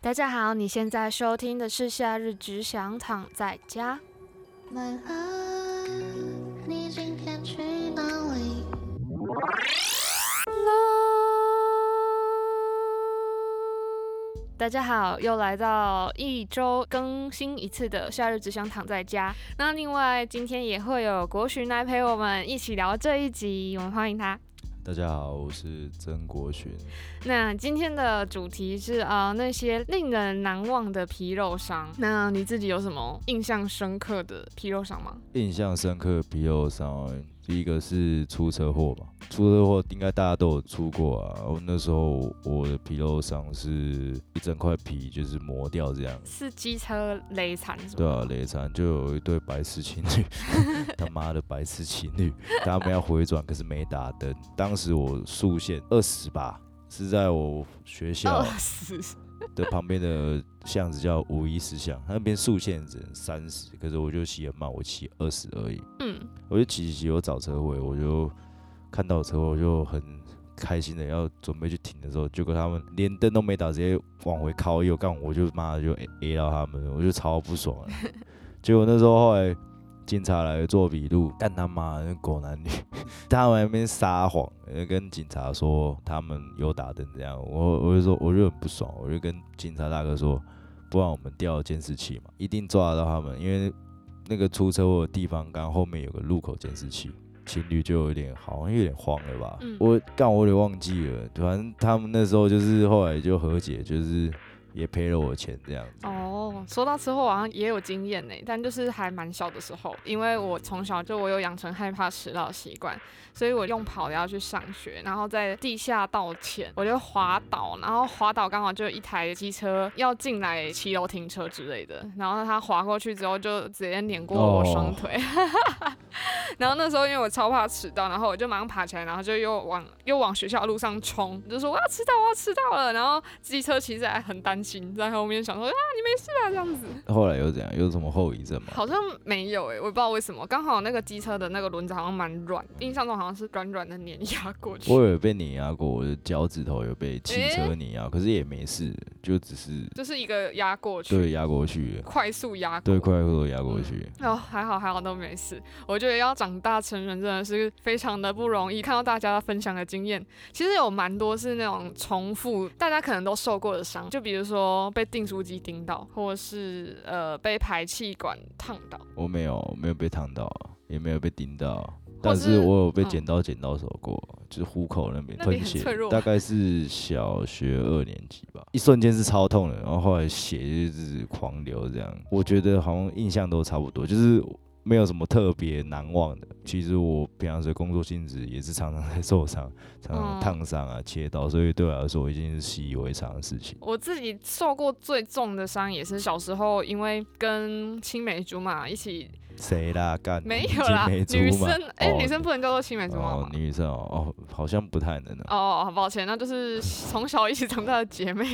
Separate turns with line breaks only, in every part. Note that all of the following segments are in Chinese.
大家好，你现在收听的是《夏日只想躺在家》。
My love，你今天去哪里？
大家好，又来到一周更新一次的《夏日只想躺在家》。那另外今天也会有国巡来陪我们一起聊这一集，我们欢迎他。
大家好，我是曾国勋。
那今天的主题是啊、呃那些令人难忘的皮肉伤。那你自己有什么印象深刻的皮肉伤吗？
印象深刻的皮肉伤，第一个是出车祸吧。出车祸应该大家都有出过啊。我那时候我的皮肉伤是一整块皮就是磨掉这样。
是机车勒惨是
对
吗？
啊，雷惨就有一对白痴情侣，他妈的白痴情侣，他们要回转，可是没打灯。当时我速限二十吧，是在我学校
饿死。
的旁边的巷子叫五一十巷，它那边速限只能三十，可是我就骑很慢，我骑二十而已。
嗯，
我就骑骑骑，我找车位，我就看到车位，我就很开心的要准备去停的时候，结果他们连灯都没打，直接往回靠右，干我就妈的就 A, A 到他们了，我就超不爽了。结果那时候后来警察来做笔录，干他妈的那狗男女， 他们在那边撒谎，呃跟警察说他们有打灯这样，我我就说我就很不爽，我就跟警察大哥说，不然我们调监视器嘛，一定抓得到他们，因为那个出车祸的地方，刚后面有个路口监视器，情侣就有点好像有点慌了吧？
嗯
我干我有点忘记了，反正他们那时候就是后来就和解，就是也赔了我钱这样子。
哦，说到车祸，好像也有经验呢，但就是还蛮小的时候，因为我从小就我有养成害怕迟到的习惯，所以我用跑的要去上学，然后在地下道前我就滑倒，然后滑倒刚好就有一台机车要进来骑楼停车之类的，然后它滑过去之后就直接碾过我双腿， 然后那时候因为我超怕迟到，然后我就马上爬起来，然后就又往又往学校的路上冲，就说我要迟到，我要迟到了，然后机车骑起来很担心，在后面想说。啊这样子，
后来又怎样？有什么后遗症吗？
好像没有欸诶、我也不知道为什么，刚好那个机车的那个轮子好像蛮软，印象中好像是软软的碾压过去，
我有被碾压过，我的脚趾头有被汽车碾压，可是也没事，就只是
就是一个压过去，
对压过去了，
快速压过。
对快速压过去。
哦，还好还好都没事。我觉得要长大成人真的是非常的不容易。看到大家分享的经验，其实有蛮多是那种重复，大家可能都受过的伤，就比如说被订书机叮到，或是呃被排气管烫到。
我没有没有被烫到，也没有被叮到，
或
但
是
是我有被
嗯
剪刀剪到手过，就是虎口那边
那边
喷
很
血
脆弱，
大概是小学二年级吧，一瞬间是超痛的，然后后来血就是狂流这样。我觉得好像印象都差不多，就是。没有什么特别难忘的。其实我平常时工作性质也是常常在受伤，常
嗯
常烫伤啊、切刀，所以对我来说已经是习以为常的事情。
我自己受过最重的伤也是小时候，因为跟青梅竹马一起，
谁啦？干
没有啦，
青梅竹
女生
马
哎、
哦
女生不能叫做青梅竹马
哦
吗，？
女生哦，哦，好像不太能啊。
哦，抱歉，那就是从小一起长大的姐妹，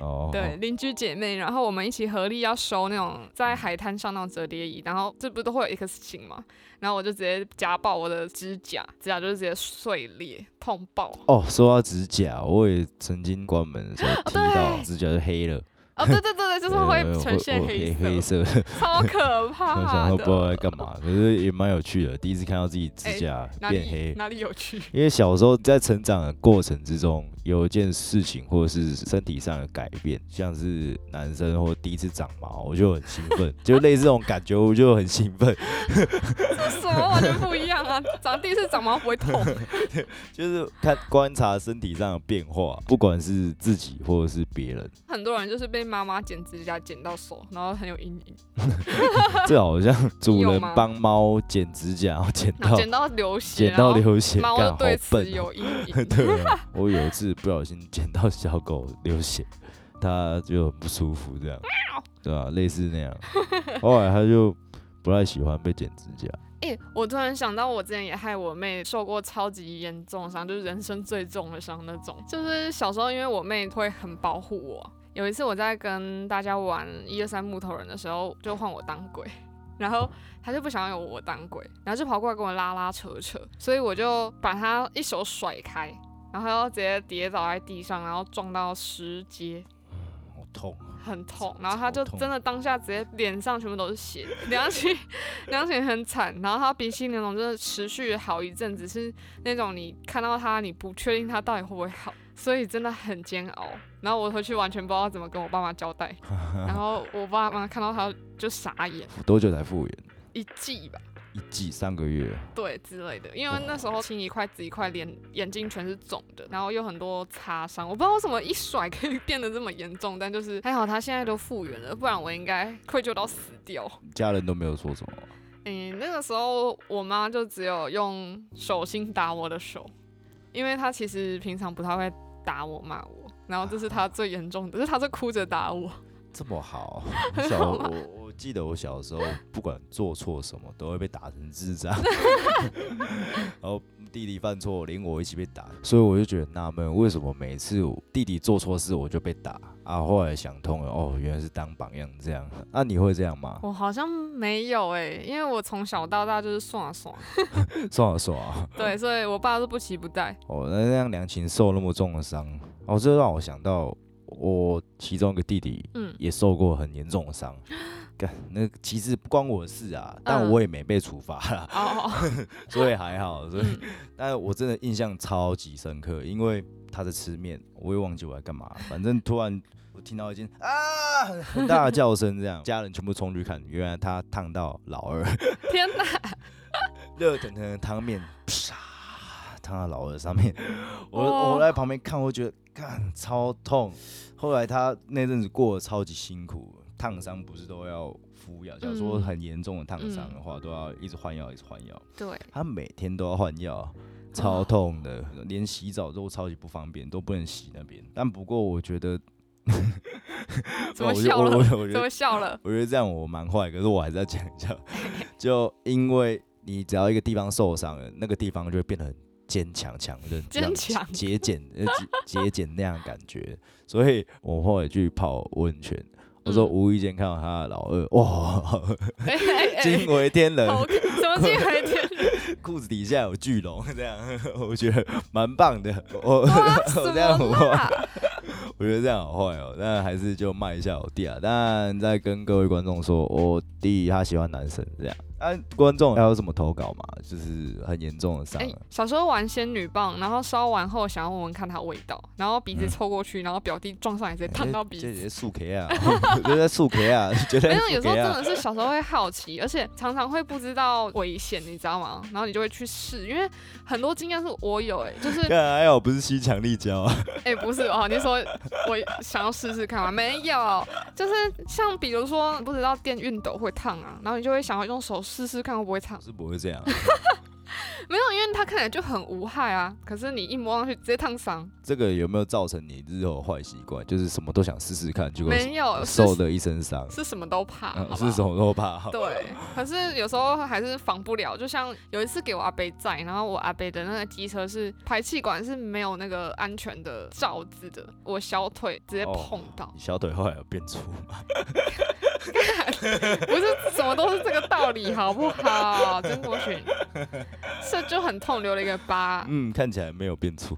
哦，
对，邻居姐妹，然后我们一起合力要收那种在海滩上那种折叠椅，然后这不都会有 X 型嘛，然后我就直接夹爆我的指甲，指甲就是直接碎裂，痛爆。
哦，说到指甲，我也曾经关门的时候踢到
啊对
指甲就黑了，
哦，对对对对，就是 会
对
呈现
呃会
黑
黑
色，啊
黑色。
超可
我
怕
想说不知道
的。
在干嘛，可是也蛮有趣的，第一次看到自己指甲
哎哪
变
里
黑。
哪里有趣？
因为小时候在成长的过程之中，有一件事情或者是身体上的改变，像是男生或第一次长毛，我就很兴奋，就类似这种感觉，我就很兴奋。
什么完全不一样啊！长第一次长毛不会痛，
就是看观察身体上的变化，不管是自己或者是别人，
很多人就是被妈妈剪指甲剪到手，然后很有阴影，
这好像主
有
人
吗
帮猫剪指甲，然后剪
然后
到
啊剪到流血，
剪到流血，
然后
干
猫
好
就对此
笨哦、
有阴影。
对啊、我有一次不小心剪到小狗流血，它就很不舒服，这样，
哦
对啊？类似那样，后来它就不太喜欢被剪指甲。
哎、我突然想到，我之前也害我妹受过超级严重的伤，就是人生最重的伤那种。就是小时候，因为我妹会很保护我。有一次我在跟大家玩一二三木头人的时候，就换我当鬼，然后她就不想要有我当鬼，然后就跑过来跟我拉拉扯扯，所以我就把她一手甩开，然后她就直接跌倒在地上，然后撞到石阶。
我痛啊！
很痛，然后他就
超痛
真的当下直接脸上全部都是血，梁启梁启很惨，然后他鼻青脸肿，真的持续好一阵子，是那种你看到他你不确定他到底会不会好，所以真的很煎熬。然后我回去完全不知道怎么跟我爸妈交代， 然后我爸妈看到他就傻眼，
多久才复原？
一季吧，
一季三个月啊，
对之类的，因为那时候青一块紫一块，脸眼睛全是肿的，然后又很多擦伤，我不知道为什么一甩可以变得这么严重，但就是还好他现在都复原了，不然我应该愧疚到死掉。
家人都没有说什么啊。
嗯、那个时候我妈就只有用手心打我的手，因为她其实平常不太会打我骂我，然后这是她最严重的，就是她是哭着打我。
这么好， 我小我我记得我小时候不管做错什么都会被打成智 障，然后弟弟犯错连我一起被打，所以我就觉得很纳闷，为什么每次我弟弟做错事我就被打啊？后来想通了，哦，原来是当榜样这样。那、你会这样吗？
我好像没有诶、因为我从小到大就是耍耍，
算了算了，
对，所以我爸是不急不待。
哦，那那样梁琴受那么重的伤，哦，这让我想到我其中一个弟弟
嗯，
也受过很严重的伤。干，那个其实不关我的事啊，但
嗯
我也没被处罚啦。
哦，
所以还好，所以、
嗯
但是我真的印象超级深刻，因为他在吃面，我也忘记我在干嘛，反正突然我听到一件啊很很大的叫声，这样家人全部冲去看，原来他烫到老二，
天哪！
热腾腾的汤面，啪，烫到老二上面，我、
哦
我在旁边看，我觉得干超痛，后来他那阵子过得超级辛苦。烫伤不是都要敷药？假如说
嗯
很严重的烫伤的话，都要一直换药，一直换药。
对，
他每天都要换
啊
药，超痛的，连洗澡都超级不方便，都不能洗那边。但不过我 觉得，
怎么
哦我觉得
笑了
我我我觉
怎么
得
笑 了？
我觉得这样我蛮坏，可是我还是要讲 一下，就因为你只要一个地方受伤了，那个地方就会变得很坚强、强韧、
坚
这样
强
节俭、呃 节节俭那样的感觉。所以我后来去泡温泉。我说
嗯
无意间看到他的老二，哇，
哎哎哎，
惊为天人！
好什么惊为 天人？
裤子底下有巨龙， 这样我觉得蛮棒的。我
哇
我这样
什
我
么 啦？
我觉得这样好坏哦，但还是就卖一下我弟啊。但再跟各位观众说，我弟他喜欢男生这样。啊，观众还有什么投稿吗？就是很严重的伤
哎
啊，
小时候玩仙女棒，然后烧完后想要闻闻看它味道，然后鼻子
嗯哎
凑过去，然后表弟撞上来直接烫到鼻
这这
子。
是树 K 啊， 我觉得树 K 啊，觉得
没有，有时候真
啊，
的是小时候会好奇，而且常常会不知道危险，你知道吗？然后你就会去试，因为很多经验是我有、哎，就是
看还啊好不是吸强力胶啊，
哎、不是哦，你说我想要试试看吗？没有，就是像比如说，不知道电熨斗会烫啊，然后你就会想要用手试试看会不会烫
我。是不会这样。啊
没有，因为它看起来就很无害啊，可是你一摸上去直接烫伤。
这个有没有造成你日后的坏习惯？就是什么都想试试看，结果
没有，是
受的一身伤，
是啊什么都怕，好
嗯
不好
是什？么都怕。
对，可是有时候还是防不了。就像有一次给我阿伯载，然后我阿伯的那个机车是排气管是没有那个安全的罩子的，我小腿直接
哦
碰到，
你小腿后来有变粗吗？
不是什么都是这个道理，好不好？曾国 勋，这就很痛，留了一个 疤。
嗯， 看起来没有变粗，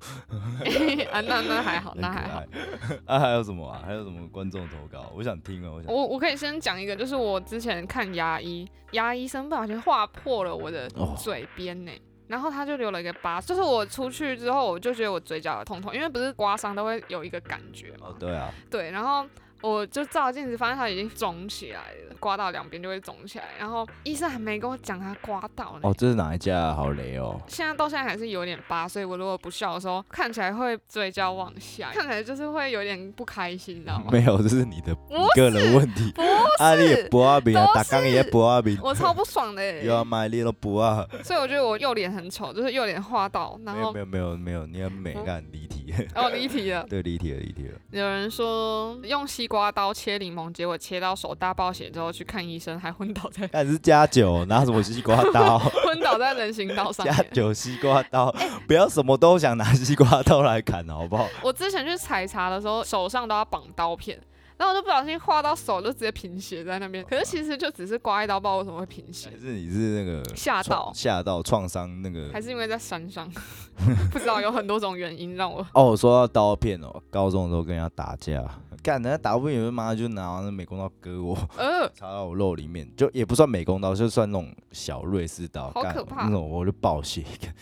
啊，那那还好，
很可
那还好
爱。。啊，还有什么啊？还有什么观众投稿？我想听啊，我想。
我我可以先讲一个，就是我之前看牙医，牙医生不小心划破了我的
哦
嘴边呢、然后他就留了一个疤。就是我出去之后，我就觉得我嘴角痛痛，因为不是刮伤都会有一个感觉嘛
哦，。对啊，
对，然后我就照镜子，发现它已经肿起来了，刮到两边就会肿起来。然后医生还没跟我讲他刮到呢。
哦，这是哪一家啊？好雷哦！
现在到现在还是有点疤，所以我如果不笑的时候，看起来会嘴角往下，看起来就是会有点不开心，你知道吗？
没有，这是你的
不
你个人问题。
不
啊，你也
是
不阿饼啊
都，
打刚也
是
不阿饼。
我超不爽的、
You are my little boy。
所以我觉得我右脸很丑，就是右脸画到，然
没有
后
没有没有没有，你很美，
嗯
看离题，
哦离题了。
对，离题了离题了。
有人说用西瓜刀切柠檬，结果切到手大爆血之后去看医生，还昏倒在
但是加酒，拿什么西瓜刀？
昏倒在人行道上
加
面。
酒西瓜刀，
哎
不要什么都想拿西瓜刀来砍，好不好？
我之前去采茶的时候，手上都要绑刀片。然后我就不小心划到手，就直接贫血在那边。可是其实就只是刮一刀，不知道为什么会贫血
还，是你是那个
吓
创
到
吓到创伤那个
还是因为在山上， 不知道有很多种原因让我
哦，我说到刀片哦，高中的时候跟人家打架，干，人家打不赢，就妈就拿那美工刀割我，
呃，
插到我肉里面，就也不算美工刀，就算那种小瑞士刀，
好
干
可怕
那种我就暴血。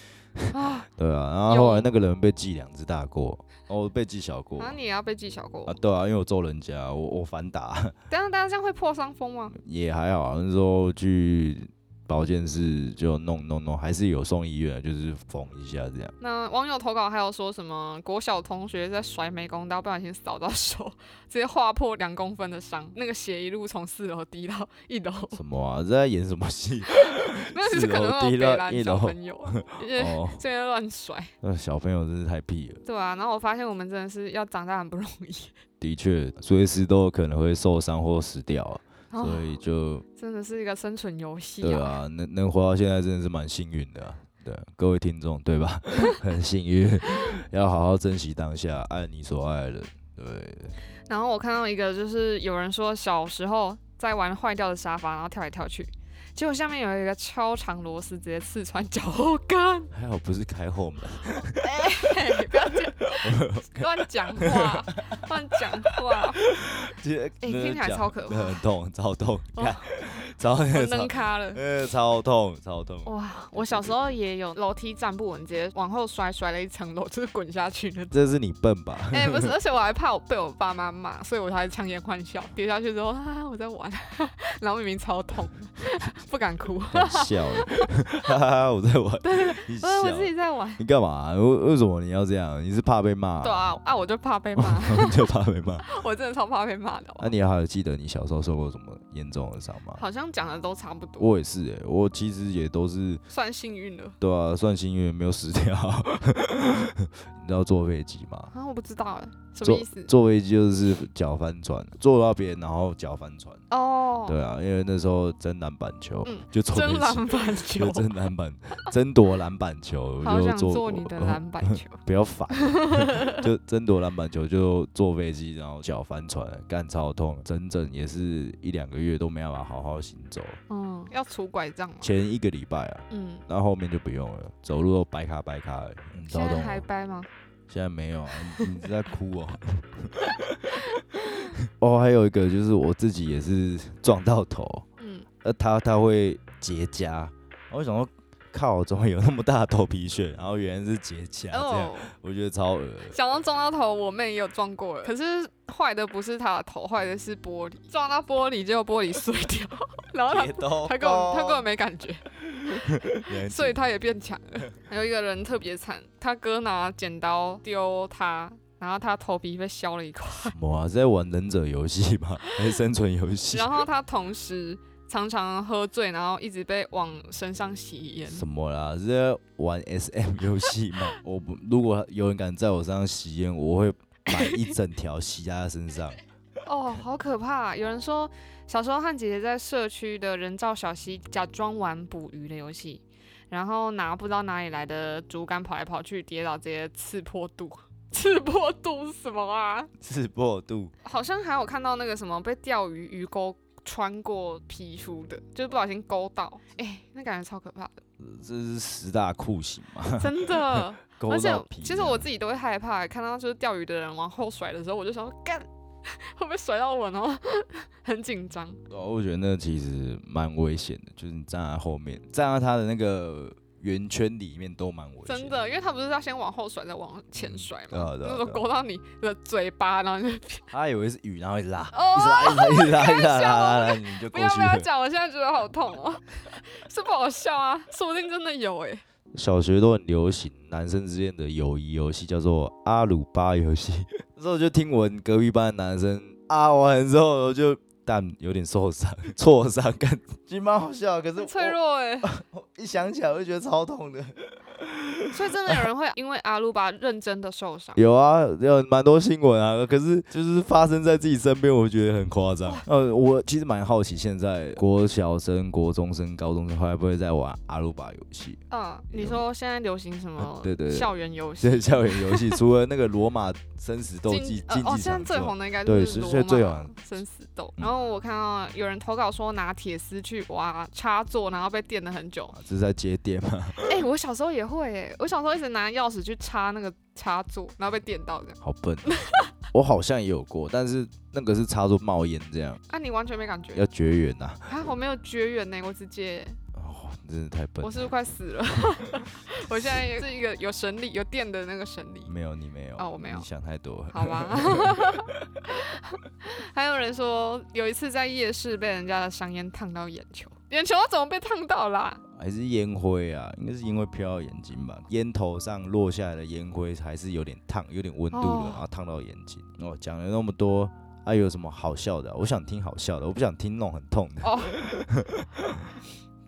啊，
对啊，然后
有
后来那个人被记两只大过，哦，我被记小过
然后
啊，
你也要被记小过。
对啊，因为我揍人家，我我反打
等一下，等一下，这样会破伤风吗？
也还好啊，那时候去保健室就弄弄弄，还是有送医院，就是缝一下这样。
那网友投稿还有说什么国小同学在甩美工刀，不小心扫到手， 直接划破两公分的伤，那个血一路从四楼滴到一 楼，
什么啊？这在演什么戏？
那就是可能那种
四楼滴
北
到
蓝
一
小
楼
朋友， 就是
哦，
这边乱甩。
那小朋友真是太屁了。
对啊，然后我发现我们真的是要长大很不容易，
的确，随时都有可能会受伤或死掉啊、
然后
所以就
真的哦是一个生存游戏
对啊，能能活到现在真的是蛮幸运的啊、对啊，各位听众对吧？ 很幸运， 要好好珍惜当下，爱你所爱的人。对，。
然后我看到一个，就是有人说小时候在玩坏掉的沙发，然后跳来跳去，结果下面有一个超长螺丝直接刺穿脚后跟
还好不是开 后 门，啊
嘿不要这样乱讲话，乱讲话，
哎、
哎听起来超可怕
很痛，超痛，
哦
看，超
我
超
扔咖了。
呃超痛，超痛。
哇，我小时候也有楼梯站不稳，直接往后摔，摔了一层楼，就是滚下去那 种。
这是你笨吧？
哎、不是，而且我还怕我被我爸妈骂，所以我才强颜欢笑。跌下去之后，啊，我在玩， 然后明明超痛， 不敢哭，
很笑了， 哈哈哈！我在玩，你笑
我我自己在玩。
你干嘛？啊为为什么你要这样？你是怕被骂？
对，啊，啊，我就怕被骂，
就怕被骂。
我真的超怕被骂的哦、
那、你还有记得你小时候受过什么严重的伤吗？
好像讲的都差不多，
我也是诶、我其实也都是
算幸运了。
对啊，算幸运没有死掉。 你知道坐飞机吗？
啊，我不知道哎，什么
坐
意思？
坐飞机就是脚翻船，坐到别人然后脚翻船。
哦，
对啊，因为那时候争篮板球，
嗯
就坐飞
真
机。
篮板球
就，争篮板，争夺篮板球，
好
我就
想
坐
做你 的篮板球。
不要烦， 就争夺篮板球，就坐飞机，然后脚翻船，干超痛，整整也是一两个月都没办法好好行走。
嗯，要拄拐杖吗？
前一个礼拜啊，
嗯，
然后后面就不用了，走路都掰卡掰卡的，你
现
超
在
痛
还
哦。
掰 吗？
现在没有啊，你你是在哭哦。 哦，还有一个就是我自己也是撞到头，
嗯，
呃，他他会结痂，我想说，靠，怎么有那么大的头皮屑？然后原来是结痂，这样
哦，
我觉得超恶的。
想到撞到头，我妹也有撞过了，可是坏的不是她的头，坏的是玻璃，撞到玻璃，结果玻璃碎掉， 然后她
铁头
她根本她根本没感觉。
本
所以他也变强 了。还有一个人特别惨，他哥拿剪刀丢他，然后他头皮被削了一块，
什么啊？是在玩忍者游戏吗？ 还是生存游戏？
然后他同时常常喝醉，然后一直被往身上吸烟。
什么啦？是在玩 SM 游戏吗？ 我不，如果有人敢在我身上吸烟，我会买一整条吸在他身上。
哦，好可怕、有人说，小时候和姐姐在社区的人造小溪假装玩捕鱼的游戏。然后拿不知道哪里来的竹竿跑来跑去，跌倒直接刺破肚。 刺破肚是什么啊？
刺破度，
好像还有看到那个什么被钓鱼鱼钩穿过皮肤的，就是不小心勾到，哎、那感觉超可怕的，
这是十大酷刑嘛？
真 的。
勾
而且
到皮这样。
其实我自己都会害怕，看到就是钓鱼的人往后甩的时候，我就想说干。会不会甩到我？然后 很紧张，
对啊，我觉得那其实蛮危险的，就是你站在后面，站在他的那个圆圈里面都蛮危险。
真的，因为他不是要先往后甩，再往前
嗯
甩
对啊
嘛，
对啊
那种
对啊
勾到你的嘴巴，然后你就
他以为是雨，然后一直拉，
哦
一直拉，一直 拉，一直拉，一直拉，
笑
拉拉，你就
不
过
要
去
不要
了。
讲，我现在觉得好痛哦， 是不好笑啊，说不定真的有哎、
小学都很流行男生之间的友谊游戏，叫做阿鲁巴游戏。 那时候就听闻隔壁班的男生啊完之后，我就但有点受伤、 挫伤感，其实蛮好笑的。可是
很脆
我
弱 哎、
一想起来，我就觉得超痛的。
所以真的有人会因为阿鲁巴认真的受伤。
有啊，有蛮多新闻啊，可是就是发生在自己身边，我觉得很夸张。呃，我其实蛮好奇，现在国小生、国中生、高中生还会不会在玩阿鲁巴游戏？
嗯，你说现在流行什么？
对对对
校园游戏
这、校园游戏除了那个罗马生死斗技
呃
竞
哦，
技
现在
场之
最
外，
红的应该
对
就是罗
现在最
马
红
生死斗。
嗯
然后我看到有人投稿说拿铁丝去挖插座，然后被电了很 久。
这是在接电吗？
哎、我小时候也会哎、我小时候一直拿钥匙去插那个插座，然后被电到这样。
好笨。啊 我好像也有过，但是那个是插座冒烟这样，
啊，你完全没感觉
要绝缘呐、
啊？我没有绝缘呢，我直接，
哦，真的太
我
笨了。
是不是快死了？ 我现在也是一个有神力、有电的那个神力。
没有，你没有。
哦我没有
你想太多了。
好吧。 还有人说，有一次在夜市被人家的香烟烫到眼球，眼球怎么被烫到啦？
还是烟灰啊，应该是因为飘到眼睛吧，烟头上落下来的烟灰还是有点烫，有点温度的，
哦
然后烫到眼睛。哦，讲了那么多，啊，有什么好笑的啊、我想听好笑的，我不想听那种很痛的。
哦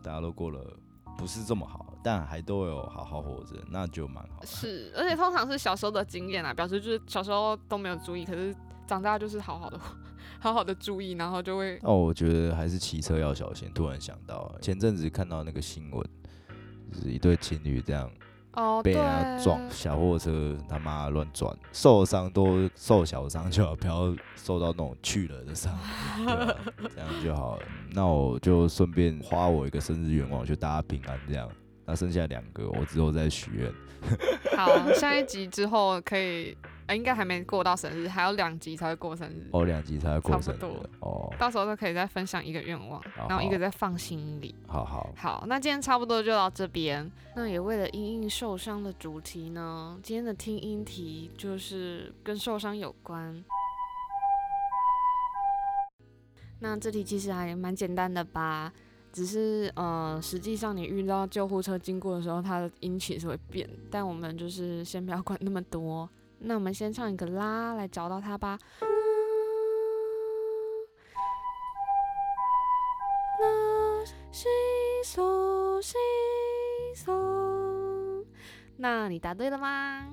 大家都过了不是这么好，但还都有好好活着，那就蛮好的。
是，而且通常是小时候的经验啊，表示就是小时候都没有注意，可是长大就是好好的、好好的注意，然后就会
那哦我觉得还是骑车要小心。突然想到，前阵子看到那个新闻，就是一对情侣这样
哦，
被
对，
人家撞小货车，他妈乱转，受伤都受小伤就好，不要受到那种去了的伤，对啊这样就好了。那我就顺便花我一个生日愿望，就大家平安这样。那剩下两个，我之后再许愿。
好，下一集之后可以，呃、应该还没过到生日，还有两集才会过生日，
哦，两集才会过
差
生
不
日
多
了哦，
到时候就可以再分享一个愿望，
好
然后一
好
个再放心里。
好好，
好，那今天差不多就到这边。那也为了因应受伤的主题呢，今天的听音题就是跟受伤有关。那这题其实还蛮简单的吧，只是呃，实际上你遇到救护车经过的时候，它的音其实会变，但我们就是先不要管那么多。那我们先唱一个啦，来找到它吧。西嗦西嗦。那你答对了吗？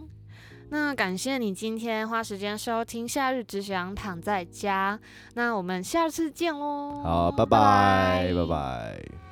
那感谢你今天花时间收听《夏日只想躺在家》，那我们下次见喽。
好，拜拜，拜拜。